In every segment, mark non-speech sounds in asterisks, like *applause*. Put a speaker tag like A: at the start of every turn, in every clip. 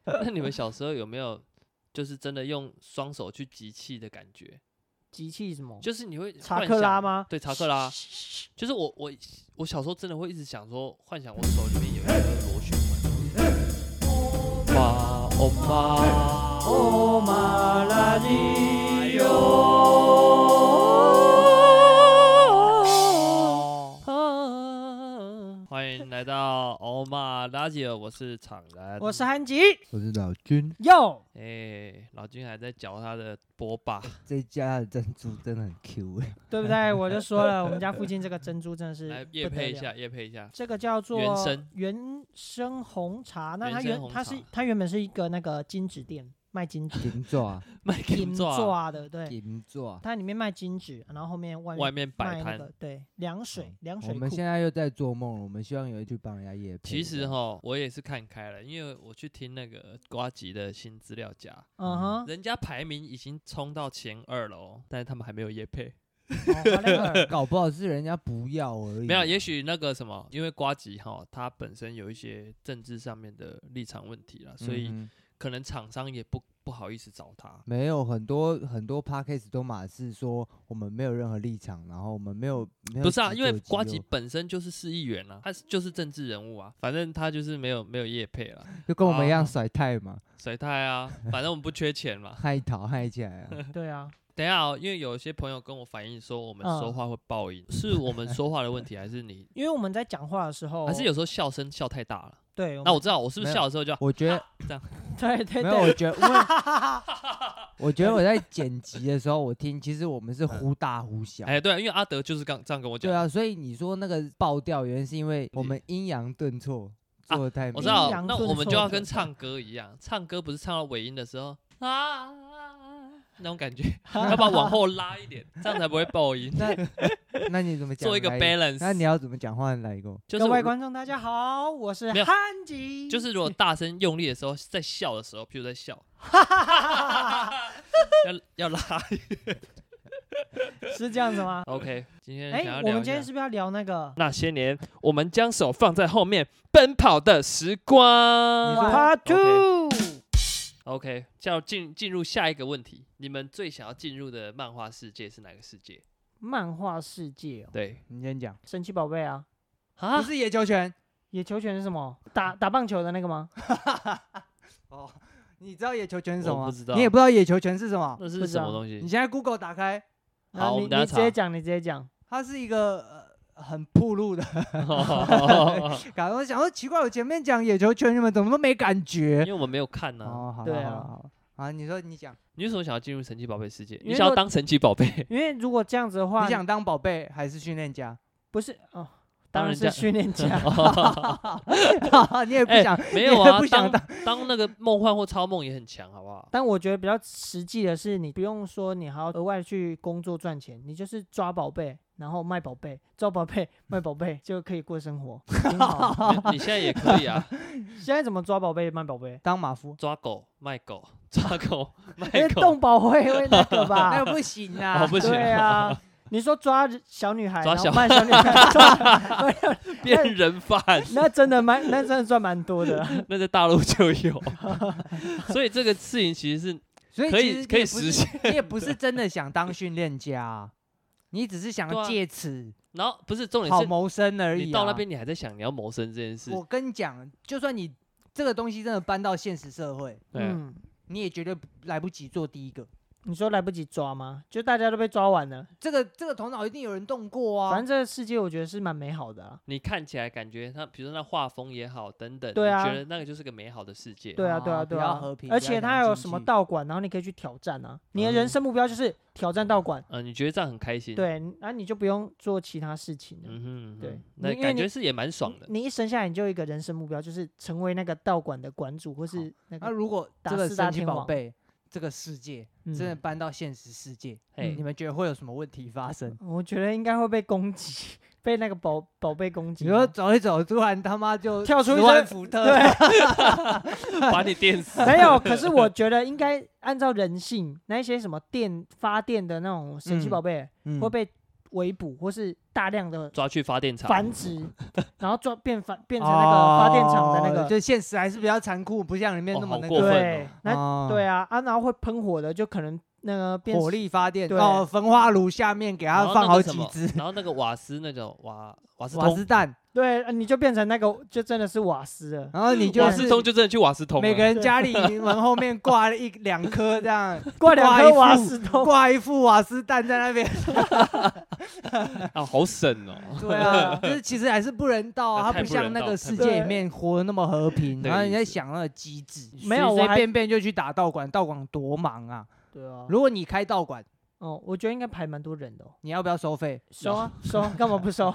A: *laughs* 那你们小时候有没有就是真的用双手去集气的感觉？
B: 集气什么？
A: 就是你会
B: 查
A: 幻
B: 克拉
A: 想
B: 吗
A: 对，查克拉。就是我我我小时候真的会一直想说，幻想我手里面有一个螺旋丸。哇哦妈！
B: 哦玛
A: 哎
B: 拉尼
A: 呦
B: 哟，
A: 欢迎来到欧玛拉姐，我是厂然，
B: 我是韩吉
C: 我是老君，
B: 哟，
C: *laughs*
A: 哎、老君还在嚼他的波霸，
C: 这家的珍珠真的很 Q 哎、
B: 对不对？我就说了，我们家附近这个珍珠真的
A: *laughs*
B: 是
A: 来夜
B: 不得
A: 配一
B: 了
A: 下，夜配一下。
B: 这个叫做
A: 原生
B: 原生红茶。那
A: 原
B: 它
A: 生
B: 原
A: 红
B: 它是
A: 茶
B: 它原本是一个那个金纸店卖
A: *laughs*
B: 金纸
C: 金爪，
A: 卖
B: 金
A: 做啊
B: 做的， *laughs* 对，
C: 金爪。
B: 它里面卖金纸，然后后面外
A: 外
B: 面
A: 面摆
B: 卖那
A: 摊。嗯
B: 个对凉水凉水
C: 我们
B: 库
C: 现在又在做梦了，我们希望有一句帮人家夜配。
A: 其实，哈，我也是看开了，因为我去听那个瓜吉的新资料夹，
B: 嗯
A: *laughs*
B: 哼，
A: 人家排名已经冲到前二了哦，但是他们还没有夜配。
B: 哦 whatever
C: 搞不好是人家不要而已。
B: 啊
A: 没有，也许那个什么，因为瓜吉哈，他本身有一些政治上面的立场问题啦，所以
C: 嗯哼
A: 可能厂商也不不好意思找他。
C: 没有很多很多 podcast 都马是说我们没有任何立场，然后我们没有没有
A: 不是啊，
C: 机
A: 因为
C: 构机
A: 瓜吉
C: 构
A: 本身就是市议员啊，他是就是政治人物啊，反正他就是没有没有业配啦， *laughs*
C: 就跟我们一
A: 啊
C: 样甩太
A: *laughs*
C: 嘛，
A: 甩太啊，反正我们不缺钱嘛。 *laughs*
C: 害讨害起来啊。
B: 对啊，
A: 等一下、哦，因为有一些朋友跟我反映说我们
B: 嗯
A: 说话会爆音，是我们说话的问题，还是
C: *laughs*
A: 你
B: 因为我们在讲话的时候
A: 还是有时候笑声笑太大了。
B: 对，
A: 那
B: 我们
A: 我知道，我是不是
C: 哦没有
A: 笑的时候就 *laughs*
C: 我觉得
B: 对对
C: 没有，我
B: 对，
C: 觉得因为我觉得我在剪辑的时候，我听其实我们是忽大忽小。
A: 哎，对啊，因为阿德就是刚这样跟我
C: 对
A: 讲，
C: 啊，所以你说那个爆掉，原因是因为我们阴阳顿挫做的啊太明
A: 我知
C: 显、
A: 道 *laughs*
B: 阴，阳
A: 那
B: 顿
A: 我们
B: 挫
A: 就要
B: 的
A: 跟唱歌一样， *laughs* 唱歌不是唱到尾音的时候啊那种
C: *laughs*
A: 感觉，要把往后拉一点，这样才不会爆音。
C: 那那你怎么讲？
A: 做一个
C: 来
A: balance，
C: 那你要怎么讲话来过？
A: 就是
B: 各位
A: 我
B: 观众大家好，我是
A: 没有
B: 汉吉，
A: 就是如果大声用力的时候，在笑的时候，譬如在笑，要 *laughs* 要拉。？
B: *laughs* 是这样子吗
A: OK，今天想
B: 哎，
A: 要
B: 我
A: 聊
B: 们
A: 一
B: 今天
A: 下
B: 是不是要聊那个？
A: 那些年，我们将手放在后面奔跑的时光。
C: 你说
B: Part Two，
A: OK，要进进入下一个问题，你们最想要进入的漫画世界是哪个世界？
B: 漫画世界哦，
A: 对
C: 你先讲，
B: 神奇宝贝啊，
C: 不
A: 啊，
C: 是野球拳
B: 野球拳是什么？打打棒球的那个吗？
C: 哦。你知道野球拳是什么
A: 我
C: 吗？
A: 不知道
C: 你也不知道野球拳是什么？
A: 那
B: 不
A: 是
B: 知
A: 什么
B: 道
A: 东西 *laughs*
B: *laughs*
C: 你？现在 Google 打开，
A: 好
B: 然后
A: 我
B: 你
A: 们等下
B: 你直接
A: 查
B: 讲，你直接讲。
C: 它是一个、呃、很铺路的 *laughs* 感觉。我想说奇怪，我前面讲野球拳，你们怎么都没感觉
A: 因？为我们没有看呢、
C: 哦，好了
B: 对
C: 好
B: 啊
C: 了好了，好，你说你讲，
A: 你为什么想要进入神奇宝贝世界？
B: 因为
A: 你想要
B: 若
A: 当神奇宝
B: *laughs*
A: 贝？
B: 因为如果这样子的话，
C: 你想当宝贝还是训练家？ *laughs*
B: 不是哦，
A: 当
B: 当然
A: 人
B: 是
A: 家。
B: 训练 *laughs* 家
A: 哦
C: 你也不
A: 哎
C: 想， *laughs*
A: 没有
C: 你
B: *laughs*
C: 也
A: 啊
C: 不，想
A: 当当那个梦幻或超梦也很强，好不好？
B: 但我觉得比较实际的是，你不用说你还要额外去工作赚钱，你就是抓宝贝，然后卖宝贝，抓宝贝卖宝贝就可以过生 *laughs* 活，挺好。
A: 你你现在也可以啊，
B: 现在怎么抓宝贝卖宝贝？
C: 当马夫。
A: 抓狗卖狗， *laughs* 抓
C: *laughs*
A: 狗卖
B: 因
C: 哎
B: 为
A: 狗，
B: 动保会会那个吧
C: 那？不行啊！
A: 哦不行
B: 对啊，你说抓小女孩，
A: 抓
B: 然后
A: 小
B: 卖小女
C: *laughs*
B: 孩，抓
A: *laughs*
C: 哎
A: 变人贩， *laughs*
B: 那真的蛮，那真的赚蛮多
C: *laughs*
B: 的。
A: 那在大陆就有。 *laughs* 所以这个事情其实是
C: 所以
A: 可
C: 其
A: 以
C: 实你
A: 可以
C: 也不
A: 实
C: 是
A: 现。
C: 你也不是真的想当训练家啊，你只是想
A: 对啊
C: 借此
A: 然后不是重点
C: 好
A: 是，
C: 谋生而已、啊。
A: 你到那，边你还在想你要谋生这件事，
C: 我跟你讲，就算你这个东西真的搬到现实社会，
A: 对啊，
B: 嗯，
C: 你也绝对不来不及做第一个。
B: 你说来不及抓吗？就大家都被抓完了。
C: 这个这个头脑一定有人动过啊！
B: 反正这个世界我觉得是蛮美好的啊。
A: 你看起来感觉他，比如说那画风也好等等，
B: 对啊
A: 你觉得那个就是个美好的世界。
B: 对啊，
C: 啊
B: 对啊，
C: 比
B: 对
C: 较
B: 啊，
C: 和平
B: 而
C: 比较
B: 且它
C: 良
B: 还有
C: 性
B: 什么
C: 去
B: 道馆，然后你可以去挑战啊。你的人
C: 嗯
B: 生目标就是挑战道馆，
A: 嗯，你觉得这样很开心？，
B: 对，那你就不用做其他事情了。
A: 嗯哼，
B: 对
A: 嗯
B: 你
A: 那
B: 因为
A: 感
B: 你
A: 觉是也蛮爽
C: 嗯
A: 的。
B: 你一生下来你就有一个人生目标，就是成为那个道馆的馆主，或
C: 好
B: 是那
C: 那
B: 个
C: 如果
B: 打
C: 这个
B: 四大
C: 神奇
B: 天
C: 宝
B: 王
C: 贝，这个世界真的
B: 嗯
C: 搬到现实世界，
A: 哎
B: 嗯
C: 你，们觉得会有什么问题发
A: 嗯
C: 生？
B: 我觉得应该会被攻击，被那个宝宝贝攻击
C: 你
B: 吗。 *laughs*
C: 说走一走，突然他妈就
B: 跳出一
C: 10
B: 个
C: 万伏特，
B: *laughs* 对，
C: 嗯
A: 把你电
C: *laughs*
A: 死。
B: 没有，可是我觉得应该按照人性，那一些什么电发电的那种神奇
C: 嗯
B: 宝贝、
C: 嗯
B: 会被围捕或是大量的
A: *laughs* 抓去发电厂，
B: 繁殖， *laughs* 然后转变繁变成那个发电厂的那
C: 哦
B: 个，
C: 就现实还是比较残酷，不像里面
A: 哦
C: 那么
A: 好
C: 那
A: 过
C: 个
A: 分
B: 对
A: 哦，
B: 那
C: 哦
B: 对啊啊，然后会喷火的，就可能那个变
C: 火力发电
B: 对
C: 哦，焚化炉下面给
A: 然
C: 它
A: 后
C: 放
A: 那
C: 好
A: 个
C: 几
A: 什么
C: 只
A: 然后那个瓦斯那种瓦瓦斯
C: 瓦
A: 通，
C: 斯弹，
B: 对，呃你就变成那个就真的是瓦斯了，
C: 然后你就
A: 瓦
B: 对
A: 斯
C: 是
A: 通就真的去瓦斯通
C: 每个
A: 了，
C: 人家里门后面挂了一两颗这
B: *laughs*
C: 样，
B: 挂两
C: 一
B: 颗
C: 副
B: 瓦斯桶，
C: 挂一副瓦斯弹在那边。 *laughs*
A: 啊，好省哦。
C: 对
B: *laughs*
C: 啊，就是其实还是不人道啊，
A: 那
C: 它
A: 太
C: 不
A: 不
C: 像
A: 人
C: 那
A: 道
C: 个
A: 太
C: 世
A: 不
C: 界
B: 人
C: 里
B: 道
C: 面活得那么和平，
A: 对
C: 然后你在
A: 意思
C: 想那个机制，
B: 没有
C: 随
B: 我
C: 随
B: 还
C: 便便就去打道馆，道馆多忙啊！
B: 对啊，
C: 如果你开道馆，
B: 哦，我觉得应该排蛮多人的
C: *laughs*
B: 哦，
C: 你要不要收费？
B: 收啊收啊，干嘛不
C: *laughs*
B: 收？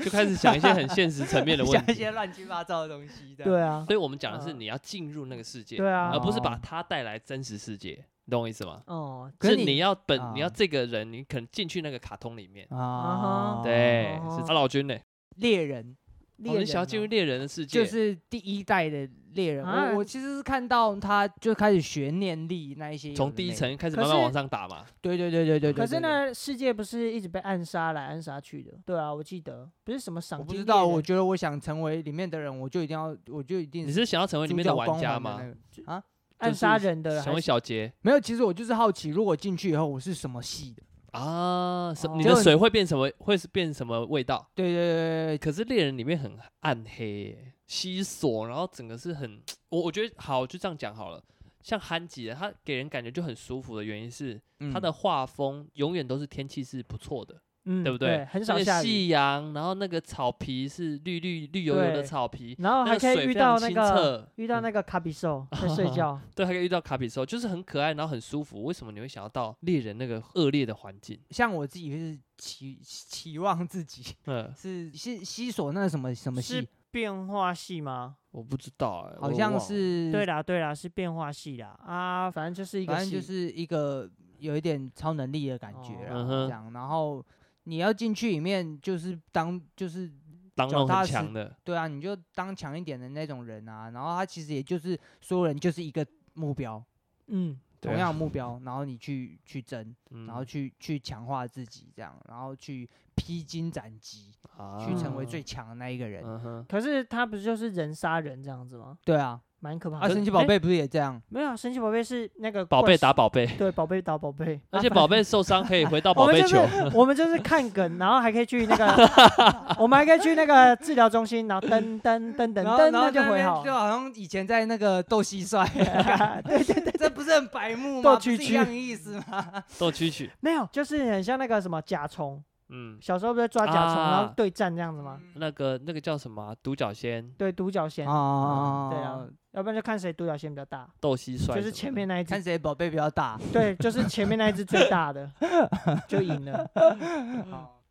A: 就开始想一些很现实层面的问
C: 想一
A: 题。
C: 些乱七八糟的东西的。
B: 对啊，
A: 所以我们讲的是
B: 嗯
A: 你要进入那个世界，
B: 对啊
A: 而不是把
C: 哦
A: 它带来真实世界，你懂我意思吗？
B: 哦，
C: 可
A: 是
C: 是你
A: 你要本你要
C: 啊
A: 这个人，你可能进去那个卡通里面。
C: 啊
B: 哈，
A: 对，
B: 哦
A: 是啊老君呢？
C: 猎人
A: 我
B: 猎
A: 们
B: 人
A: 想要
B: 哦
A: 进入猎人的世界，
C: 就是第一代的猎人。
B: 啊
C: 我我其实是看到他就开始学念力那一些有的没的，
A: 从第一层开始
B: 可
A: 慢慢
B: 是
A: 往上打嘛。
C: 对。对对对对对对。
B: 可是
C: 对，
B: 呢，世界不是一直被暗杀来暗杀去的？对啊，我记得不是什么赏
C: 我
B: 金
C: 不
B: 猎人，
C: 知道，我觉得我想成为里面的人，我就一定要，我就一定
A: 你是想要成为里
C: 主
A: 面的
C: 角
A: 玩
C: 光
A: 家
C: 环的
A: 吗
C: 那？个？
B: 暗
A: 就是
B: 杀人啊的还
A: 成为
B: 是
A: 小杰
C: 没有，其实我就是好奇，如果进去以后我是什么系的？
A: 啊？什你
B: 哦
A: 的
C: 就
A: 水会变什么？会是变什么味道？
C: 对对对对对，
A: 可是猎人里面很暗黑耶，西索，然后整个是很，我我觉得好，就这样讲好了。像憨吉的，他给人感觉就很舒服的原因是，
C: 嗯
A: 他的画风永远都是天气是不错的，
B: 嗯，
A: 对不对
B: 对？很
A: 那
B: 少
A: 个
B: 下雨，
A: 夕阳，然后那个草皮是绿绿绿油油的
B: 对
A: 草皮，
B: 然
C: 哦
B: 后
A: 那
B: 还
A: 个
B: 可以
A: 水
B: 遇
A: 非常
B: 到那
A: 清
B: 个
A: 澈
B: 遇到
A: 嗯
B: 那个卡
A: *laughs*
B: 比兽在睡觉，
A: 对，还可以遇到卡比兽，就是很可爱，然后很舒服。为什么你会想要到猎人那个恶劣的环境？
C: 像我自己是期期望自己
A: 嗯，
C: 是西西索那什么什么
B: 是
C: 系，
B: 变化系吗？
A: 我不知道、哎，
C: 好
A: 我
C: 像
A: 忘了
C: 是
B: 对啦对啦，是变化系啦啊，反正就是一个
C: 反正
B: 系，
C: 就是一个有一点超能力的感觉
B: 哦
C: 啦，
A: 嗯哼
C: 这样。然后你要进去里面，就是当就是
A: 当那
C: 脚
A: 种
C: 踏
A: 很
C: 实
A: 强的，
C: 对啊，你就当强一点的那种人啊。然后他其实也就是所有人就是一个目标，
B: 嗯，
A: 对
C: 同
A: 啊
C: 样
A: *laughs*
C: 的目标，然后你去去争，
A: 嗯
C: 然后去去强化自己，这样，然后去披荆斩棘，去
A: 去
C: 成
B: 啊
C: 为最强的那一个人。
A: 啊嗯哼，
B: 可是他不是就是人杀人这样子吗？
C: 对啊，
B: 蛮
A: 嗯
B: 可怕
C: 啊，
B: 的。
C: 神奇
B: 诶
C: 宝贝不是也这样？
B: 没有啊，神奇宝贝是那个
A: 宝贝
B: 怪
A: 打宝贝，
B: 对宝贝打宝贝，
A: 而且宝贝受伤可以回到宝
B: *laughs* 我们
A: 贝
B: 就
A: 球，
C: *laughs*
B: 是我们就是看梗，然后还可以去那个，我们还可以去那个治疗中心，然后噔噔噔噔
C: 然
B: 噔，
C: 后然后
B: 那就
C: 在那
B: 回
C: 边
B: 好
C: *laughs* 就
B: 了。
C: 好像以前在那个斗蟋蟀， *laughs*
B: *laughs*
C: 对对对，这不是很白目吗？
B: 斗
C: 不是
B: 蛐
C: 一
B: 蛐
C: 样的意思吗？
A: 斗蛐蛐，
B: 没有，就是很像那个什么甲虫，
A: 嗯，
B: 小时候不是抓甲虫，
A: 啊
B: 然后对战这样子吗？
A: 那个那个叫什么啊独角仙、
B: 对，独角仙，
C: 嗯啊
B: 嗯对啊，要不然就看谁独角仙比较大，
A: 斗蟋蟀，
B: 就是前面，那一只
C: 看，谁宝贝比较大。
B: 对，就是前面那一只最大
C: *laughs*
B: 的就赢了，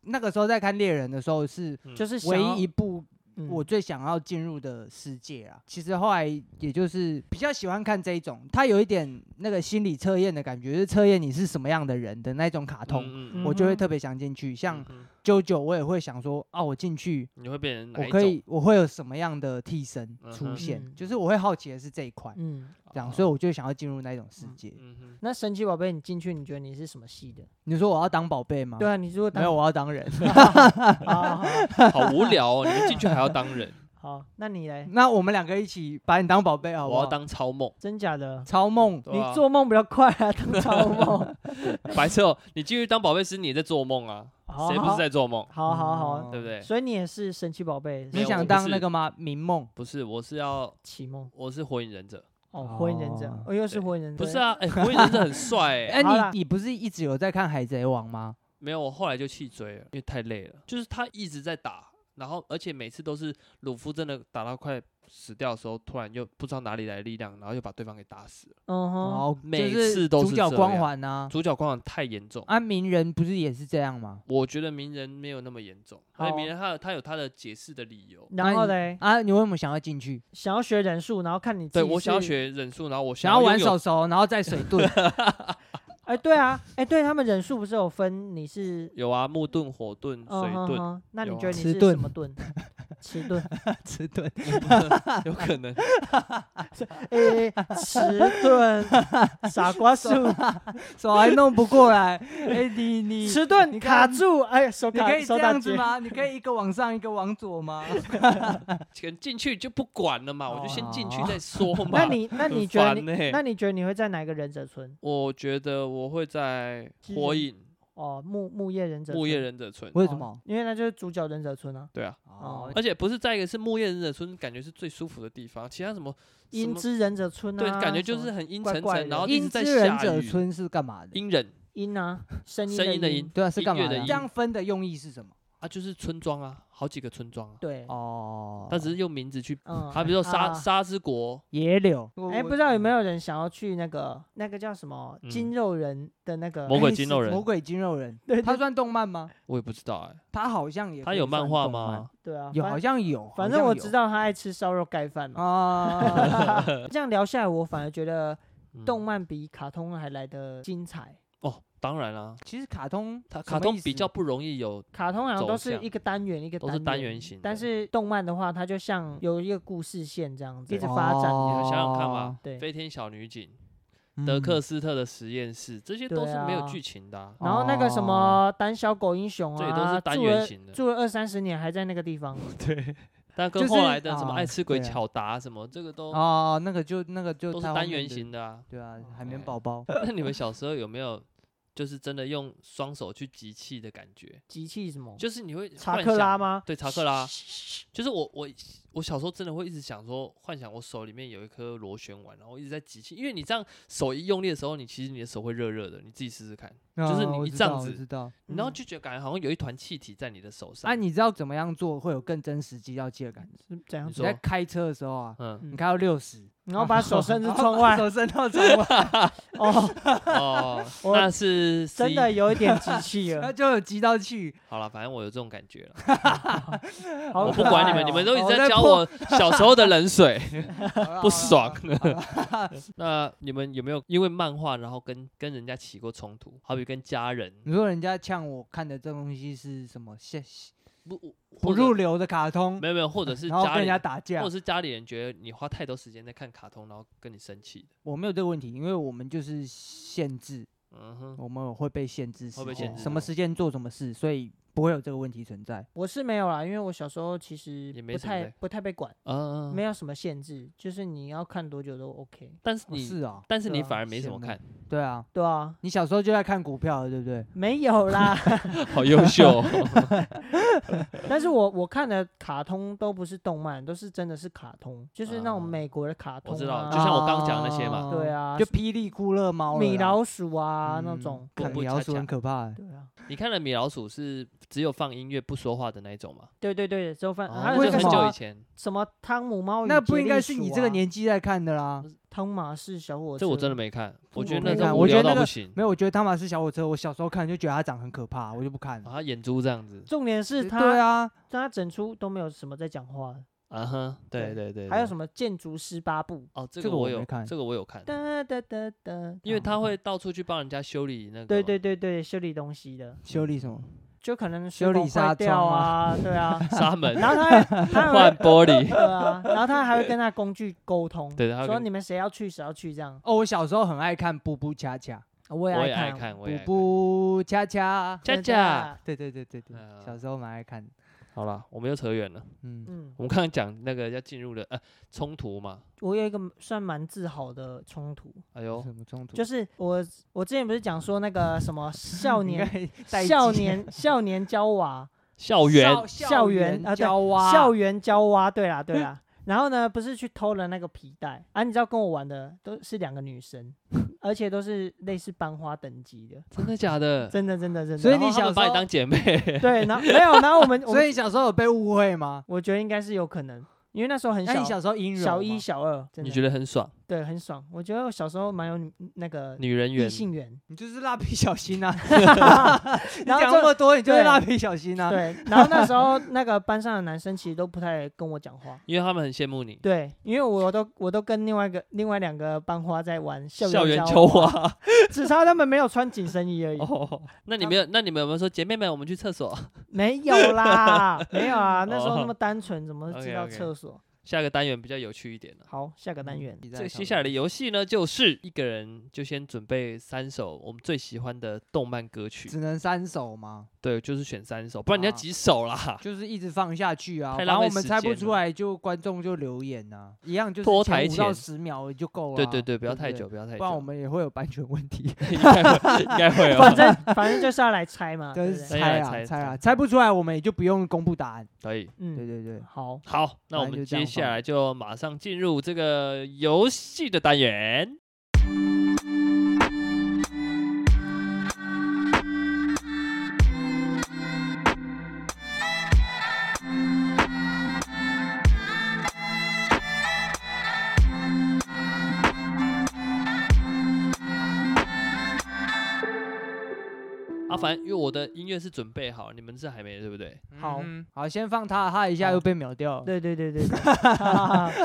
C: 那个时候在看猎人的时候，是
B: 就是想
C: 唯
B: 要
C: 一一部
B: 嗯
C: 我最想要进入的世界啊。其实后来也就是比较喜欢看这一种，它有一点那个心理测验的感觉，就是测验你是什么样的人的那种卡通，
A: 嗯
C: 我就会
B: 嗯哼
C: 特别想进去。像
A: 嗯哼
C: 啾啾，我也会想说啊，我进去
A: 你会变成哪
C: 我
A: 一
C: 可
A: 种？
C: 以我会有什么样的替身
A: 嗯
C: 出
A: 哼
C: 现？
B: 嗯
C: 就是我会好奇的是这一块，
B: 嗯，
C: 这样，
A: 哦
C: 所以我就想要进入那一种世界。
A: 嗯哼
B: 那神奇宝贝你进去，你觉得你是什么系的？
C: 你说我要当宝贝吗？
B: 对，啊，你如果当
C: 没有，我要当人。
B: *laughs* 好好
A: 好无聊哦，你们进去还要当
B: *laughs*
A: 人，
B: 好好，那你来，
C: 那我们两个一起把你当宝贝好不
A: 我
C: 好？
B: 啊
A: 要当超梦。
B: 真假的？
C: 超梦。
A: 对啊
B: 你做梦比较快啊，当
A: *laughs*
B: 超梦。
A: 白痴哦，你进去当宝贝师，你也在做梦啊？
B: 好
A: 谁不是在做梦？
B: 好好好，
A: 对不对？
B: 所以你也是神奇宝贝
A: 没
C: 哦你
A: 有我
C: 想
A: 不
C: 当
A: 是
C: 那个吗？明梦。
A: 不是，我是要，
B: 启蒙
A: 我是火影忍者，
B: 哦，火影忍者
C: 哦，
B: 哦，又是
A: 对
B: 火影忍者，
A: 不是，啊？哎，火影忍者很
B: *laughs*
A: 帅哎，
C: 哎、
B: 好啦
C: 你你不是一直有在看《海贼王》吗？
A: 没有，我后来就弃追了，因为太累了。就是他一直在打，然后而且每次都是鲁夫真的打到快死掉的时候，突然又不知道哪里来的力量，然后又把对方给打死了。
B: 嗯哼，
C: 哦，
A: 每
C: 就是
A: 次都
C: 主
A: 是
C: 角
A: 这
C: 光
A: 样
C: 环啊。
A: 主角光环太严重，
C: 啊，鸣人不是也是这样吗？
A: 我觉得鸣人没有那么严重，而且
B: 好
A: 鸣人他有他有他的解释的理由。
B: 然后
C: 那
B: 嘞，
C: 啊，你为什么想要进去？
B: 想要学忍术，然后看你自
A: 对
B: 己
A: 我想要
B: 是，
A: 学忍术，然后我
C: 想要
A: 拥
C: 玩
A: 有
C: 手手，然后再水遁。
A: *laughs*
B: 哎，对啊，哎，对他们忍术不是有分你是
A: 有啊，木盾、火盾、水
B: 嗯哼
A: 盾，
B: 哼，那你
A: 有
B: 觉得
A: 啊
B: 你
C: 迟
B: 是
A: *laughs*
C: 钝
B: 什么盾？迟钝，
C: 迟钝，
A: 有可能。
B: 哎，迟
A: *laughs*
B: 钝，傻瓜树，
C: 手还弄不过
A: *laughs*
C: 来。哎，你你
B: 迟钝
C: 你
B: 卡
C: 看
B: 住，哎，手
C: 你
B: 卡
C: 可以
B: 手
C: 这
B: 打
C: 样子
B: 结，
C: 吗？你可以一个往上，一个往
A: *laughs*
C: 左吗？
A: 钱进去就不管了嘛，我就先进去
C: 哦
A: 再说嘛。
B: 那你那
A: 很
B: 你觉得
A: 烦
B: 你
A: 欸
B: 那你觉得你会在哪个忍者村？
A: 我觉得我会在
B: 之
A: 火
B: 前
A: 影
B: 哦，木木叶忍者村，
A: 木叶忍者村，
C: 为
B: 哦
C: 什么？
B: 因为那就是主角忍者村啊，
A: 对啊，
C: 哦
B: 哦，
A: 而且不是在一个是木叶忍者村，感觉是最舒服的地方，其他什么什
B: 樱
A: 么
B: 之忍者村啊，
A: 对，感觉就
B: 什么
A: 是很阴
B: 怪
A: 沉
B: 怪
A: 沉，然
B: 的
A: 后一直
C: 英
A: 哦在
C: 之忍
A: 下
C: 者
A: 雨。
C: 村是干嘛的？
A: 阴忍
B: 音啊，声音
A: 声音的
B: 音
A: 音，
C: 对啊，是
A: 音
C: 干
A: 乐
C: 嘛
A: 的
C: 的？这
A: 音
C: 样分的用意是什么？
A: 啊，就是村庄啊，好几个村庄啊，
B: 对，
C: 哦，
A: 他只是用名字去，
B: 嗯，
A: 啊，比如说沙
B: 啊
A: 沙之国，
C: 野柳。
B: 哎，不知道有没有人想要去那个那个叫什么
C: 嗯
B: 金肉人的那个
A: 魔鬼肌肉
C: 哎魔
A: 人，
C: 鬼肌肉人，
B: *laughs* 对
C: *laughs* 他算动漫吗？
A: 我也不知道哎，
C: 他好像也
A: 他
C: 可以
A: 有漫
C: 算
A: 画
C: 动漫
A: 吗？？
B: 对啊，
C: 有，
B: 反
C: 好像有。
B: 反正我知
C: 道
B: 道他爱吃烧肉盖饭
C: *laughs*
B: 嘛。
C: 啊，
B: 这样聊下来，我反而觉得
A: 嗯
B: 动漫比卡通还来的精彩。
A: 哦，当然啦，
C: 其实卡通
A: 它
C: 什
A: 卡
C: 么
A: 通
C: 意
A: 比
C: 思
A: 较不容易有，
B: 卡通好像都
A: 走
B: 是
A: 向
B: 一个单元一个
A: 都是单元型的，
B: 但是动漫的话，它就像有一个故事线这样子
A: 对
B: 一直发展。
C: 哦
A: 你想想看嘛，
B: 对
A: 飞天小女警、德
C: 嗯
A: 克斯特的实验室，这些都是没有
B: 对啊
A: 剧情的啊，
B: 然后那个什么胆小狗英雄
A: 哦这也都
B: 啊，
A: 是单
B: 住
A: 元
B: 了
A: 型的。
B: 住了二三十年还在那个地方，
A: 对，但跟
C: 就是
A: 后来的什么
C: 啊
A: 爱吃鬼
C: 对啊
A: 巧达什么，这个都
C: 哦，那个就那个就
A: 都是
C: 太后
A: 单
C: 面
A: 元
C: 的，
A: 型的
C: *laughs*
A: 啊。
C: 对啊，海绵
A: 哎
C: 宝 *laughs* 宝
A: 那你们小时候有没有就是真的用双手去集气的感觉？
B: 集气什么？
A: 就是你会
B: 查
A: 幻
B: 克拉
A: 想？
B: 吗？
A: 对，查克拉。就是我我我小时候真的会一直想说，幻想我手里面有一颗螺旋丸，然后我一直在集气，因为你这样手一用力的时候，你其实你的手会热热的，你自己试试看，就是
C: 啊
A: 你
C: 我
A: 一
C: 知
A: 这样
C: 道我
A: 子
C: 知道。
A: 然后
B: 嗯
A: 就觉得感觉好像有一团气体在你的手上。
C: 啊，你知道怎么样做会有更真实肌肉记的感觉？
B: 是怎样
A: 你 *laughs*
C: 你
B: 子？
A: 说
C: 在开车的时候啊，
A: 嗯，
C: 你开到六十，
B: 然后把手伸至窗外，
A: *laughs*
C: 手伸到窗外，
B: 哦，
A: 哦，
B: 我
A: 那是
B: 真
A: C
B: 的有一点集气
C: 它
A: *laughs*
C: *laughs*
B: 了，
C: 啊
A: 啊
C: 就有肌到去。
A: 好了，反正我有这种感觉了。
B: 好
A: 我
B: 可
A: 不管你
B: 爱
A: 们，你
B: 哦
A: 们都一
C: 我
A: 直在
C: 在
A: 浇
C: 泼
A: 我小时候的冷
C: *laughs*
A: 水，
C: 好啦
A: 不爽。那你们有没有因为漫画然后跟跟人家起过冲突？好比跟家人
C: 你说人家呛我看的这东西是什么下
A: 不不
C: 不入，流的卡
A: 或者
C: 通
A: 没，有没有，或者是
C: 然后
A: 家
C: 跟人
A: 里
C: 家啊打架
A: 或者，是家里人觉得你花太多时间在看卡通，然后跟你生气的。
C: 我没有这个问题，因为我们就是限制，
A: 嗯哼，
C: 我们有会被限制时
A: 会被
C: 间
B: 限制
C: 什么
A: 住
C: 时间做什么事，所以不会有这个问题存在。
B: 我是没有啦，因为我小时候其实
A: 也没
B: 不
A: 什么
B: 太
A: 在
B: 不太被管，
A: 嗯，嗯
B: 没
A: 有。
B: 有什么限制，就是你要看多久都 OK。
A: 但是
C: 哦
A: 你
C: 是啊，
A: 但是
B: 对
A: 你
B: 啊
A: 反而没什
C: 羡
A: 么
C: 慕
A: 看，
C: *laughs* 对啊，
B: 对啊，
C: 你小时候就在看股票了，对不对？
B: 没
A: *laughs*
B: 有啦，
A: 好优秀哦。
C: *laughs*
B: 但是我我看的卡通都不是动漫，都是真的是卡通，就是那种
A: 啊
B: 美国的卡通、啊，
A: 我知道就像我刚讲那些嘛
C: 啊
B: 对，啊，
C: 就
B: 什
C: 霹雳酷乐猫
B: 么
C: 了啦、
B: 米老鼠啊、那
C: 嗯
B: 种，
A: 恐
C: 看
A: 怖
C: 米老
A: 恰
C: 鼠
A: 恰
C: 很可怕、欸。
B: 对啊，
A: 你看了米老鼠是只有放音乐不说话的那一种吗？
B: 对对对，之后
C: 啊
B: 饭还
A: 哦那
B: 有那
A: 就
B: 个
A: 很
B: 什
A: 久以
B: 么
A: 前，
B: 什么汤姆猫与
C: 那不
B: 哦杰
C: 应
B: 利
C: 该是
B: 鼠
C: 你这个
B: 啊
C: 年纪在看的啦。
B: 汤马士小火车，
A: 这我真的没看，我觉
B: 我
A: 得
B: 没
A: 那
B: 看
A: 种无
B: 我觉
A: 聊到
B: 得
C: 那
A: 不
C: 个
A: 行。
C: 没有，我觉得汤马斯小火车，我小时候看就觉得它长很可怕，我就不看了。
A: 啊，眼珠这样子，
B: 重点是
C: 对
B: 他，
C: 对啊，
B: 他整出都没有什么在讲话的，
A: 啊哈，对
B: 对
A: 对对，
B: 还有什
A: 么？
B: 么建筑师八部，
A: 哦，这
C: 这
A: 个
C: 个
A: 我
C: 我
A: 有
C: 没看
A: 这个我有看，
B: 哒哒哒哒，
A: 因为他会到处去帮人家修理那个。
B: 啊嗯对对，对对，修理东西的，
C: 修理什么？
B: 就可能
C: 修
B: 水
C: 理
B: 管
C: 纱
B: 坏掉
C: 窗
B: 啊，对啊，
A: *laughs* 纱门
B: 然后他还他还
A: 换
B: 会
A: 玻璃，
B: 对啊，然后他还会跟他工具沟通，
A: 对他会
B: 说
A: 跟
B: 你们谁要去谁要去这样，
C: 哦，我小时候很爱看《布布恰恰》，
A: 我
B: 我也
A: 也
B: 爱
A: 爱
B: 看，
A: 看，我也爱
C: 《
A: 看。
C: 布布恰恰》。
A: 恰
B: 啊
A: 恰，
C: 对对对对对
A: 嗯，
C: 小时候蛮爱看的。
A: 好了，我们又扯远了。
C: 嗯，
B: 嗯，
A: 我们刚刚讲那个要进入的呃冲突嘛，
B: 我有一个算蛮自豪的冲突，
A: 哎呦
B: *laughs*
C: 什，么冲突？
B: 就是是我我之前不是讲说那个什
C: *laughs*
B: 么少年
C: 代
B: 少
C: 际
B: 年少年娇娃。
A: 校园
B: 校
C: *laughs* 校
B: 园啊对
C: 交蛙，
B: 校园娇娃，对啦对
C: *laughs*
B: 啦。然后呢，不是去偷了那个皮带啊？你知道跟我玩的都是两个女生， *laughs* 而且都是类似班花等级的，
A: 真的假的？
B: 真的真的真的。
C: 所以
A: 然后
C: 你
A: 他
C: 小
A: 们
C: 时
A: 把你
C: 候
A: 当姐妹，
B: 对，然后没有，然后我们，我
C: 所
B: 们
C: 以小时候有被误会吗？
B: 我觉得应该是有可能，因为那时候很
C: 那
B: 小，
C: 你小时候阴柔
B: 小
C: 吗
B: 一小二，真的
A: 你觉得很爽？
B: 对，很爽。我觉得我小时候蛮有女那个
A: 女人
B: 异
A: 缘，
B: 性
C: *laughs*
B: 缘， *laughs*
C: 你就是蜡笔小
A: *laughs*
C: 新啊！你
B: 然后
C: 讲
B: 就
C: 那么多，你就是
B: 对
C: 蜡笔小新啊！
B: 对。然后那时候那个班上的男生其实都不太跟我讲话，
A: 因为他们很羡慕你。
B: 对，因为我都我都跟另外一个另外两个班花在玩
A: 校园
B: 园
A: 秋
B: 花，
A: 花
C: *laughs*
B: 只差他们没有穿紧身衣而已。
A: 哦，那你们有那你们有没有说姐妹们，我们去厕所？
B: 没有啦，没有
C: *laughs*
B: 啊，那时候
A: 哦
B: 那么单纯，怎么知道
A: OK，OK
B: 厕所？
A: 下个单元比较有趣一点了。
B: 好，下个单元。
C: 你在
A: 这
C: 讨
A: 接下来
C: 论
A: 的游戏呢，就是一个人就先准备三首我们最喜欢的动漫歌曲，
C: 只能三首吗？
A: 对，就是选三首，不然你要
C: 啊
A: 几首啦？
C: 就是一直放下去啊，
A: 太
C: 然
A: 浪
C: 后
A: 费
C: 我们
A: 时
C: 猜不
A: 间
C: 出
A: 了
C: 来，就观众就留言啊，一样就是
A: 拖
C: 前
A: 台
C: 五到
A: 前
C: 十秒就够了啊。
A: 对对对，不要太
C: 对
A: 久，，不要太
C: 不然我
A: 久，
C: 们也会有版权问题。
A: 应该会，应该
C: *laughs*
A: 会
B: 反
A: 哦，
B: 正反正就是要来猜嘛，对
C: 就
B: 不
C: 是
B: 对？
A: 大家来
C: 猜啊
A: 猜
C: 猜啊，
A: 猜
C: 猜不出来我们也就不用公布答案。
A: 可以。
C: 对
B: 嗯，
C: 对对，
B: 好，
A: 好，那我
C: 反正
A: 们
C: 就这
A: 接
C: 样
A: 下
C: 放
A: 来就马上进入这个游戏的单元。阿凡，啊因为我的音乐是准备好，你们是还没对不对？
B: 好
C: 嗯好，先放他，他一下又
B: 好
C: 被秒掉 *laughs* 了，
B: 对对对对对。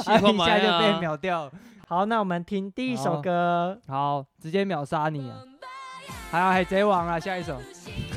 A: 喜
C: 他
A: 欢
C: 一下
A: 买
C: 就被
A: 啊！
C: 秒掉了。
B: 好，那我们听第一首
C: 好
B: 歌
C: 好，直接秒杀你啊！还有海贼王啊，下一首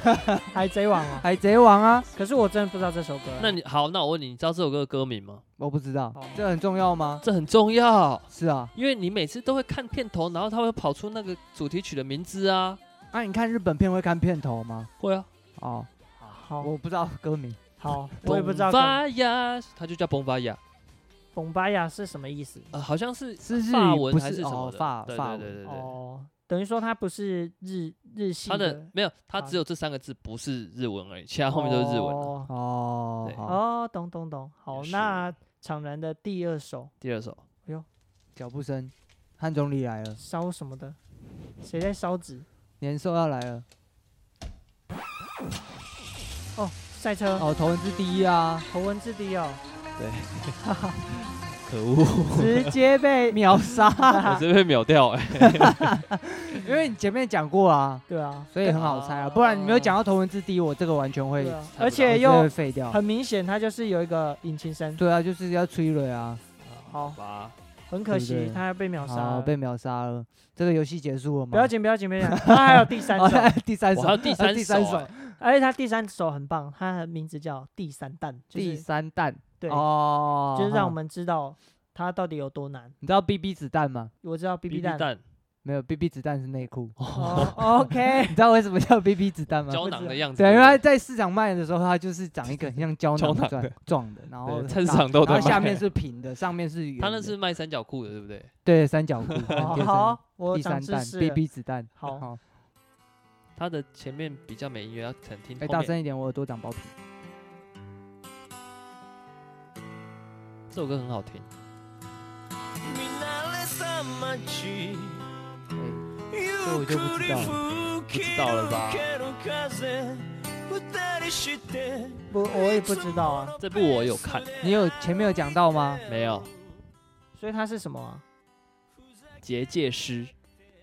B: 《海贼王》哦，
C: 海贼王啊，
B: 可是我真的不知道这首歌。
A: 那你好，那我问你，你知道这首歌的歌名吗？
C: 我不知道
B: 好，
C: 这很重要吗？
A: 这很重要，
C: 是啊，
A: 因为你每次都会看片头，然后它会跑出那个主题曲的名字啊。
C: 那你看日本片会看片头吗？
A: 会啊，
C: 哦，
B: 好
C: 我不知道歌名。
B: 好，我也不知道
A: 巴雅，它啊就叫崩巴雅，
B: “崩巴亚”是什么意思。
A: 呃，好像是
C: 是啊日
A: 法
C: 语
A: 文
C: 不
A: 还
C: 是
A: 什么
C: 哦
A: 的
C: 法
A: 对
C: 法
A: 对对对对，
B: 哦，等于说它不是日日系
A: 它的没有，它
B: 法
A: 只有这三个字不是日文而已，其他后面都是日文啊。
B: 哦
C: 哦
A: 对，
C: 好，
B: 哦，懂懂懂。好，
A: 也是
B: 那厂人的第二首
A: 第二首，
C: 脚步声，汉总理来了，
B: 烧什么的？谁在烧纸？
C: 年兽要来了，
B: 哦，赛车。
C: 哦，头文字 D 啊，
B: 头文字 D 哦，
A: 可恶，
B: 直接被
C: 秒杀，
A: *laughs* 我这被秒掉哎。
C: 因为你前面讲过啊，
B: 对啊，
C: 所以很好猜啊，不然你没有讲到头文字 D，我这个完全会
B: 对，啊，
A: 不到
B: 而且
C: 我真的
B: 又
C: 会废掉。
B: 很明显，它就是有一个引擎声，
C: 对啊，就是要催泪啊，
B: 好
A: 吧，
B: 很可
C: 对不
B: 惜
C: 对
B: 它被秒杀
C: 好
B: 了。
C: 被秒杀了，这个游戏结束了吗？
B: 不要紧，不要紧，不要紧，它还有第三
C: *laughs* 哦，
B: 首，
C: 第三
A: 我
C: 首
A: 还有，第
C: 啊
A: 三
C: *laughs* 第三
A: 首
C: 首
A: 哎，
B: 而且它第三首很棒，它的名字叫《第三弹》，就
C: 第
B: 是
C: 三弹，
B: 对，
C: 哦，
B: 就是让我
C: 哈
B: 们知道它到底有多难。
C: 你知道 BB 子弹吗？
B: 我知道
A: BB
B: BB 弹
A: 蛋
C: 没有，BB 子弹是内
B: *laughs*
C: 裤。
B: 哦，OK，
C: *laughs* 你知道为什么叫 BB 子弹
B: *laughs*
C: 吗？
A: *laughs* 胶囊的样子，
C: 对，因为它在市场卖的时候，它就是长一个很像胶
A: 胶囊
C: 囊状状的，然后
A: 对
C: 很
A: 菜市
C: 大
A: 场都有
C: 哦然
A: 在
C: 后下
A: 卖
C: 面
A: *laughs*
C: 是平的，上面是圆的。
A: 它那是卖三角裤的，对不对？
C: 对三角
B: *laughs*
C: 裤。哦
B: 好
C: 贴身
B: 好，我
C: 第
B: 长
C: 三
B: 知
C: 弹
B: 识了。
C: BB 子弹。
B: 好
A: 它的前面比较没音乐，要可能听
C: 哎，
A: 后
C: 大
A: 面。
C: 声一点，我耳朵长包皮。
A: 这首歌很好听。
C: 哎，
A: 嗯
C: 这我就不知道了。
A: 不知道了吧？
B: 不，我也不知道啊，
A: 这部我有看，
C: 你
B: *laughs*
C: 有前面有讲到吗？
A: 没有
B: 所以它是什么啊？
A: 《结界师》，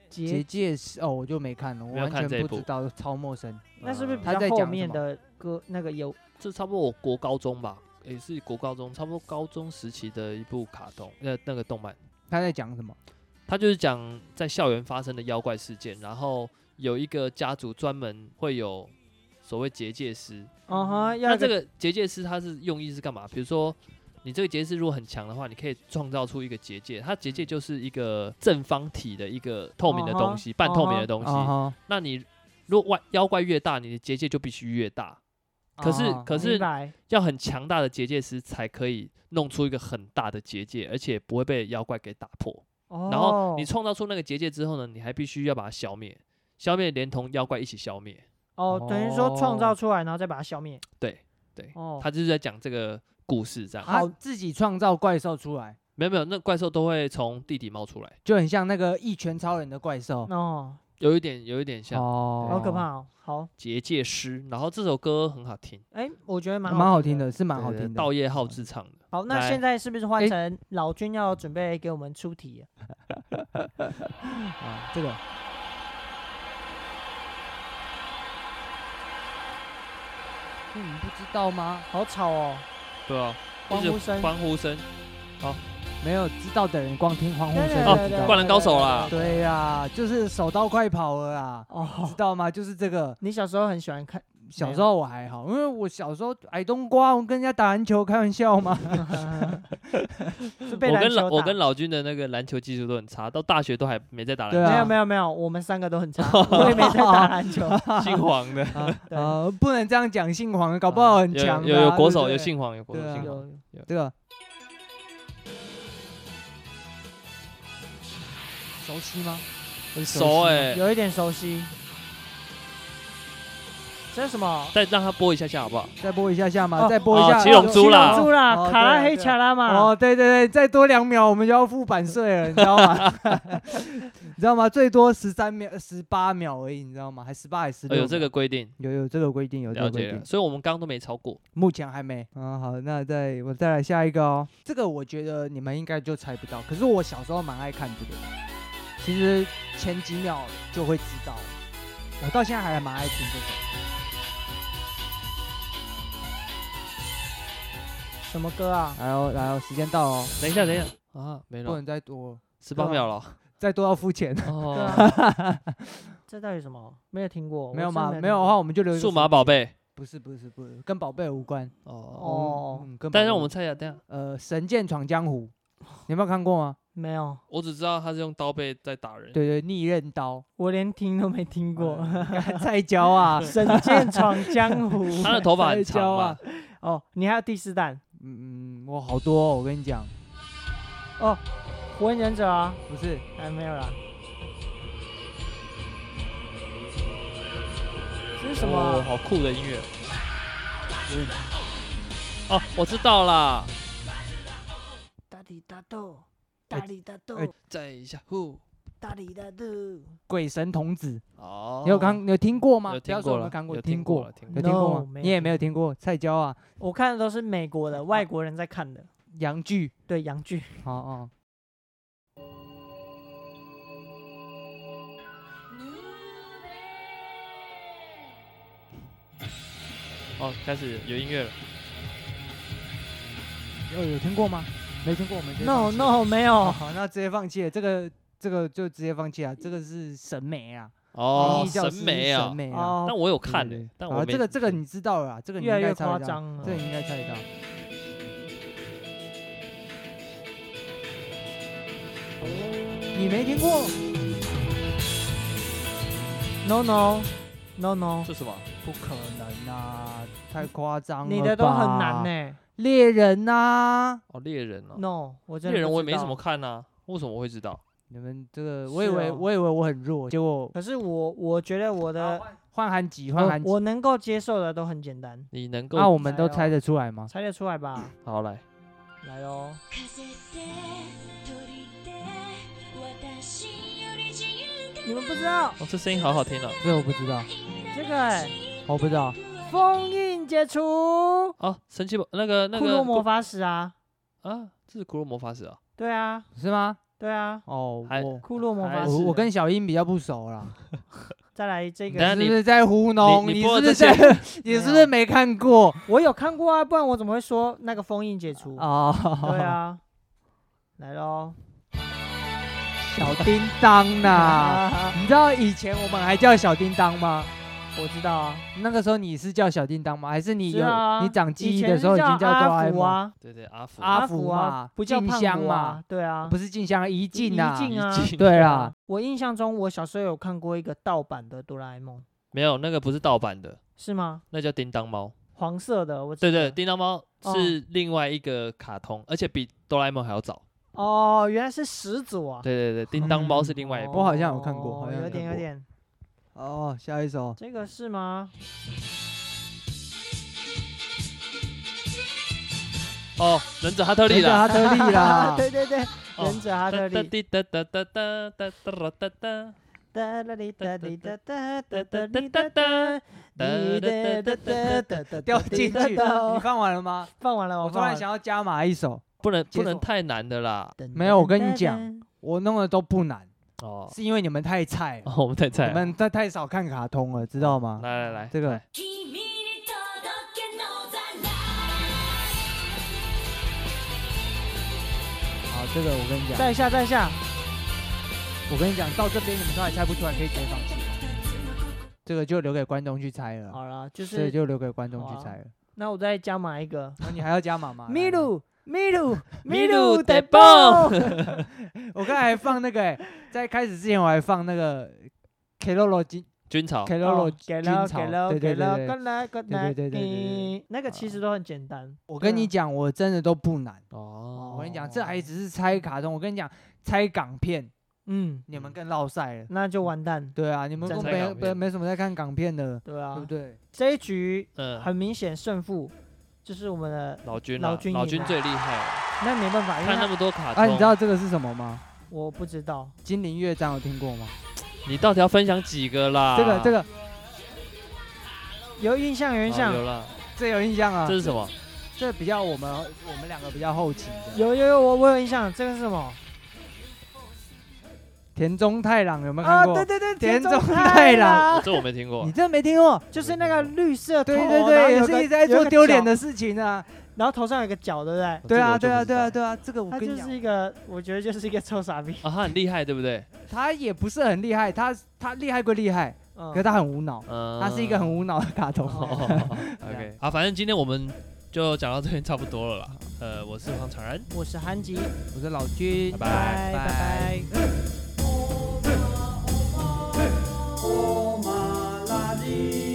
C: 结
B: 结，
C: 界是哦，我就没看了，我
A: 没有
C: 完
A: 看这
C: 全
A: 一
C: 不知
A: 部
C: 道，超陌生。
B: 那是不是比
A: 嗯
C: 它在
B: 较后
C: 讲什
B: 面
C: 么
B: 的歌那个有
A: 这差不多我国高中吧，也是国高中，差不多高中时期的一部卡通，那那个动漫，
C: 他在讲什么？
A: 它就是讲在校园发生的妖怪事件，然后有一个家族专门会有所谓结界师，
B: 哦哈，要
A: 那
B: 有
A: 这
B: 个
A: 个结界师它是用意是干嘛？比如说。你这个结界师如果很强的话，你可以创造出一个结界，它
B: 嗯
A: 结界就是一个正方体的一个透明的东
B: 哦
A: 西，半透明的东西。
C: 啊
A: 那你如果外妖怪越大，你的结界就必须越大。
C: 哈
A: 可是
C: 啊哈
A: 可是
B: 哦明白
A: 要很强大的结界师才可以弄出一个很大的结界，而且不会被妖怪给打破。
B: 哦，
A: 然后你创造出那个结界之后呢，你还必须要把它消灭，消灭连同妖怪一起消灭。
B: 哦，等于说创造
C: 哦
B: 出来，然后再把它消灭。
A: 对对，
B: 哦，啊
A: 他就是在讲这个故事这样。
C: 他
B: 好
C: 自己创造怪兽出来，
A: 没有没有，那怪兽都会从地底冒出来。
C: 就很像那个一拳超人的怪兽，
B: 哦，
A: 有一点有一点像
C: 哦，
B: 好可怕哦。好，
A: 结界师，然后这首歌很好听，
B: 哎，我觉得蛮
C: 蛮好
B: 听
C: 听。的，是蛮
A: 对
C: 好
A: 对
C: 听的。
A: 道业浩志唱的。
B: 好，那
A: 来
B: 现在是不是换
C: 哎
B: 成老君要准备给我们出题了？
C: 啊，这个你
B: 嗯
C: 们不知道吗？
B: 好吵哦！
A: 对啊，
B: 欢
A: 就是
B: 呼声
A: 欢呼声，
C: 没有知道的人，光听欢呼
B: 对
C: 声啊
B: 对
A: 哦
C: 就
B: 对
C: 知
B: 对
C: 道
A: 灌
C: 了。
A: 篮高手啦
B: 对对对
C: 对呀，就是手刀快跑了啦，知
B: 哦，
C: 道吗？就是这个。
B: 你小时候很喜欢
C: *laughs*
B: 看，
C: 小时候我还好，因为我小时候矮冬瓜，我跟人家打篮球，开玩
A: *laughs*
C: 笑嘛。
B: 是被
A: 我
B: 篮
A: 跟
B: 球
A: 老
B: 打。
A: 我跟老君的那个篮球技术都很差，到大学都还没在打
C: 对
A: 篮
B: 没有
C: 啊
B: 没有没有，我们三个都很
A: *laughs*
B: 差，我也没在打篮球。
A: 球，姓黄的，
C: 啊
B: 对
C: *laughs* 呃，不能这样讲姓黄的，搞不好很
A: 有
C: 强的啊、
A: 有有国手，
C: 对
A: 有
C: 不对
A: 姓黄，有国手
C: 对啊
A: 姓黄，
B: 有
C: 这个熟悉吗？很
A: 熟哎，
C: 欸
B: 有一点熟悉。这是什么？
A: 再让他播一下下好不好？
C: 再播一下下嘛，
B: 哦
C: 再播一下。
A: 哦七龙珠
B: 七
A: 啦
B: 龙珠
C: 哦
B: 啦，
C: 对啊
B: 卡拉黑
C: 对啊
B: 卡拉嘛。
C: 哦，对对对，再多两秒我们就要付版税了，你知道吗？ *laughs* 你知道吗？最多十三秒、十八秒而已，你知道吗？还十八还十
A: 呃
C: 六、
A: 有这个，规定，
C: 有有这个规定，有这
A: 了
C: 个规
A: 解
C: 定
A: 了，。所以我们刚刚都没超过。
C: 目前还没。嗯，好，那再我再来下一个哦。这个我觉得你们应该就猜不到，可是我小时候蛮爱看这个，其实前几秒就会知道。我到现在还蛮爱听这个，
B: 什么歌啊？
C: 来哦，来哦，时间到哦，
A: 等一下，等一下啊，没
C: 不
A: 了，
C: 能再多了，
A: 十八秒了。
C: 再多要付钱。
B: 对
A: 哦，
B: 啊，
A: *laughs*
B: 这到底什么？没有听过，
C: 没有
B: 我真
C: 吗？
B: 听
C: 没有的
B: 过
C: 话，哦我们就留一个
A: 数
C: 伏
A: 码
C: 笔
A: 宝贝
C: 不是不是不是，跟宝贝无关。
A: 哦，
B: 哦
C: 嗯，跟
A: 但
C: 宝
A: 让
C: 贝
A: 我
C: 无
A: 们猜一下，等一下
C: 呃，《神剑闯江湖》，
A: *laughs*
C: 你有没有看过吗？
B: 没有，
A: 我只知道他是用刀背在打人。
C: 对对，逆刃刀，
B: 我连听都没听过。，
C: 哎
A: *laughs*
C: *laughs* 菜椒啊
B: *laughs* 神剑闯江湖
A: 他的头发很
C: 摔跤
A: 长嘛
C: *laughs* 啊，
B: 哦，你还有第四弹
C: 嗯嗯，我好多哦，我跟你讲，
B: 哦，火影忍者啊，
C: 不是，
B: 哎没有啦，这是什么
A: 哦，
B: 啊？
A: 好酷的音乐。
C: 嗯
A: 哦，我知道啦。
B: 大力大豆，
C: 哎
B: 大力大豆
C: 哎，
A: 再一下，呼。
B: 大力大豆。
C: 鬼神童子，
A: 哦，
C: 你有刚你有听过吗？
A: 有
C: 不要
A: 听过
C: 说有没有
A: 了，
C: 看过，
A: 有
C: 听
A: 过了，
C: 过，
A: 听
C: 有
A: 过。
C: 听过
B: No，
C: 吗？
B: 没有
C: 你也
B: 听
C: 没有听过菜椒啊，
B: 我看的都是美国的，外国人在看的，
C: 洋剧，
B: 对洋剧。
C: 哦哦，
A: 哦，开始有音乐了。
C: 有哦有听过吗？没听过，我们直接
B: No
C: 放弃
B: No 没
C: 哦，
A: *laughs*
B: 有，
C: 好，那直接放弃了，这个这个就直接放弃啊，这个是审美啊，
A: 哦，
C: 一教
A: 审
C: 师
A: 美
C: 是
A: 啊
C: 审。美啊，
B: 哦
A: 但，我有
C: 对
A: 看
C: 对
A: 诶
C: 对，
A: 但
B: 啊
C: 好
A: 我没嗯
C: 这个这个你知道了啦，这个你
B: 越来
C: 应该
B: 越
C: 猜得
B: 夸
C: 到
B: 张了
C: 这。个你应该猜得到。你没听过？
B: No No No No，
A: 是什么？
C: 不可能啊，太夸张了。
B: 你的都很难呢、。
C: 猎人啊呐、
A: 哦，猎人哦，
B: No，我真
A: 猎
B: 的
A: 人
B: 不
A: 我也
B: 知
A: 没什
B: 道
A: 么。看呐，为什么我会知道？
C: 你们这个，我以
B: 是
C: 为、
B: 哦
C: 我以为我很弱，结果
B: 可是我我觉得我
A: 啊
B: 的
C: 换韩吉，换
B: 我
C: 韩吉，
B: 我能够接受的都很简单，
A: 你能
B: 啊
C: 那、
A: 够
C: 我哦们都猜得出来吗？
B: 猜得出来吧？
A: 好来，
B: 来哦，
D: 風って鳥って私より自由が
B: 你们不知道
A: 哦，这声音好好听啊。
C: 这我不知道，
B: 这个哎、
C: 我不知道。
B: 封印解除
A: 哦，神奇宝那个那
B: 库
A: 个
B: 洛魔法使啊，
A: 啊，这是骷髅魔法使啊。
B: 对啊
C: 是吗？
B: 对啊，
C: 哦，
A: 还
C: 我
B: 库洛魔
A: 还
B: 法使。
C: 我我跟小英比较不熟啦。
B: 再来这
A: 等
B: 个，
A: 下
C: 你
A: 你
C: 是不是在糊弄？
A: 你你
C: 你
A: 播
C: 是不
A: 的
C: 是
A: 这
C: 在
A: 些？
C: 你是不是没看过？
B: 我有看过啊，不然我怎么会说那个封印解除？
C: 哦，
B: *laughs* 对，啊，来喽，
C: 小叮当
B: *laughs*
C: 呐、你知道以前我们还叫小叮当吗？
B: 我知道啊，
C: 那个时候你是叫小叮当吗？还是你
B: 是
C: 有、
B: 啊，
C: 你长记
B: 以
C: 忆
B: 前
C: 的
B: 是
C: 时候已经
B: 叫
C: 哆啦 A
B: 福
C: 梦？
B: 啊，
A: 对对，阿福
C: 阿福
B: 福
C: 嘛
B: 不叫
C: 静
B: 胖
C: 香
B: 虎啊
C: 嘛，
B: 对啊，
C: 不是静香，怡静
B: 怡
C: 啊。
B: 静啊
A: 已经
C: 对啊，
B: 我印象中，我小时候有看过一个盗版的哆啦 A 梦，
A: *laughs* 没有那个不是盗版的，
B: 是吗？
A: 那叫叮当猫。
B: 黄色的，我记
A: 对对，
B: 得
A: 叮当猫
B: 哦
A: 是另外一个卡通，而且比哆啦 A 梦还要早。
B: 哦，原来是始祖啊！
A: 对对对，叮当猫是另外一
B: 哦
A: 部。
C: 我好像有看过好像有
B: 有
C: 看
B: 点有
C: 过
B: 点，
C: 哦，下一首
B: 这个是吗？
A: 哦，忍者哈特利
C: 忍者
A: 啦。
C: 哈啊特利
B: *laughs*
C: 啦。
B: 对对对，
A: 哦
B: 忍者哈特利，
A: 哒哒滴哒哒哒哒哒哒哒哒。
B: 哒啦哩哒哩哒哒哒哒哩哒
A: 哒哒
B: 哩哒哒哒哒哒
C: 掉进去。你
B: 哒
C: 放完了吗？
B: 放完了，
C: 我
B: 我
C: 突然想要加码一首，
A: 不能
C: 接
A: 不能
C: 受
A: 太难的啦。
C: 没有我跟你讲我弄的都不难，
A: 哦，
C: 是因为你们太菜了，
A: 哦我们太菜
C: 你
A: 了，
C: 们太太少看卡通了，知道吗？
A: 来来来，
C: 这个
D: 君に届けのざら
C: 好，啊这个我跟你讲，
B: 再一下，再一下，
C: 我跟你讲，到这边你们都还猜不出来，可以直接放弃了。这个就留给观众去猜了，
B: 好了，就
C: 所以
B: 是
C: 就留给观众
B: 好
C: 去
B: 啊
C: 猜了。
B: 那我再加码一个，
C: 那你还要加码 *laughs* 吗？
B: 米露米露米
A: 露
B: 露
A: 得
B: 得爆，
C: 我刚才还放那个、欸，在开始之前我还放那个 k e l o l o 金
A: 军草
C: k e l o
B: 哦
C: l o
B: 给
C: 军
B: 了
C: 草
B: 给，了
C: 对
B: 给
C: 对
B: 了，给
C: 对对。
B: 了给
C: 对对
B: 了
C: 对对对
B: 给，那个其实都很简单。
C: 我跟你
B: 嗯
C: 讲，我真的都不难。
A: 哦，
C: 我跟你讲，这还只是猜卡通。我跟你讲，猜港片
B: 嗯，
C: 你们
A: 嗯
C: 更落赛了。
B: 那就完蛋，
C: 对啊，你们
B: 真
C: 都
B: 的
C: 没
A: 港
C: 没
A: 片
C: 没什么在看港片的，
B: 对
C: 对不
B: 啊，
C: 对？
B: 这一局
A: 嗯，
B: 很明显胜负就是我们的，
A: 老军
B: 老
A: 啊
B: 君
A: 老
B: 赢
A: 军
B: 了
A: 最厉害了，
B: 那没办法，因为
A: 看那
B: 他
A: 么多卡
C: 啊，
A: 通，
C: 你知道这个是什么吗？
B: 我不知道，
C: 金陵乐章有听过吗？
A: 你到底要分享几个啦？
C: 这个这
A: 个
C: 个
B: 有印象有印象，
A: 哦有了，
C: 这有印象啊
A: 这，是什么？
C: 这比较我们我们两个比较后期的。
B: 有有有，我我有印象，这个是什么？
C: 田中太郎有没有
B: 啊，
C: 看过
B: 对？对对，
C: 田中太
B: 太郎，
A: 这我没听过
C: 啊你，真的没听过？哦
B: 就是那个绿色头，
C: 对对
B: 然后
C: 对，
B: 有
C: 也
B: 个
C: 是一直在做丢脸，的事情啊。
B: 有个角然后头上有个角，对不对？
A: 哦这
C: 对
A: 个
C: 啊，
A: 我就
C: 对啊，
A: 不知
C: 对啊，
A: 道
C: 对啊，这个我
B: 他
C: 跟你
B: 就
C: 讲
B: 是，一个，我觉得就是一个臭傻逼，
A: 啊，他很厉害，对不对？
C: 他也不是很厉害，他他厉害归厉害，
B: 嗯
C: 可是他很无脑，
A: 嗯，
C: *laughs* 他是一个很无脑的卡通。
B: 哦
A: *laughs* OK 啊，反正今天我们就讲到这边差不多了啦。呃，我是黄长然，
B: 我是韩吉，
C: *laughs* 我是老君
A: 拜，拜。
B: 拜拜
C: 拜
B: 拜。
E: おまらじ